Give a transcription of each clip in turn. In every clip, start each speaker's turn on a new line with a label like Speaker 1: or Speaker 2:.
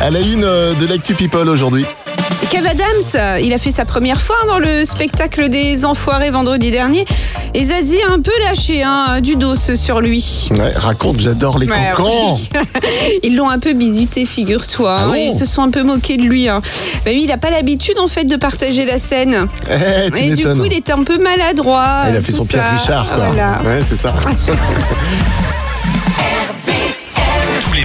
Speaker 1: À la une euh, de l'actu People aujourd'hui.
Speaker 2: Kev Adams, euh, il a fait sa première foire dans le spectacle des Enfoirés vendredi dernier. Et Zazie a un peu lâché hein, du dos sur lui.
Speaker 1: Ouais, raconte, j'adore les
Speaker 2: Ouais,
Speaker 1: cancans.
Speaker 2: oui. Ils l'ont un peu bizuté, figure-toi. hein.
Speaker 1: Ah bon
Speaker 2: Ils se sont un peu moqués de lui. hein. Bah oui, il n'a pas l'habitude en fait de partager la scène.
Speaker 1: Eh, tu
Speaker 2: Et du
Speaker 1: m'étonnes.
Speaker 2: coup, il était un peu maladroit.
Speaker 1: Ah, il a fait
Speaker 2: tout
Speaker 1: son Pierre
Speaker 2: ça.
Speaker 1: Richard, quoi.
Speaker 2: Voilà.
Speaker 1: Ouais, c'est ça.
Speaker 3: Tous les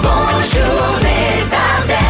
Speaker 4: bonjour les Ardennes.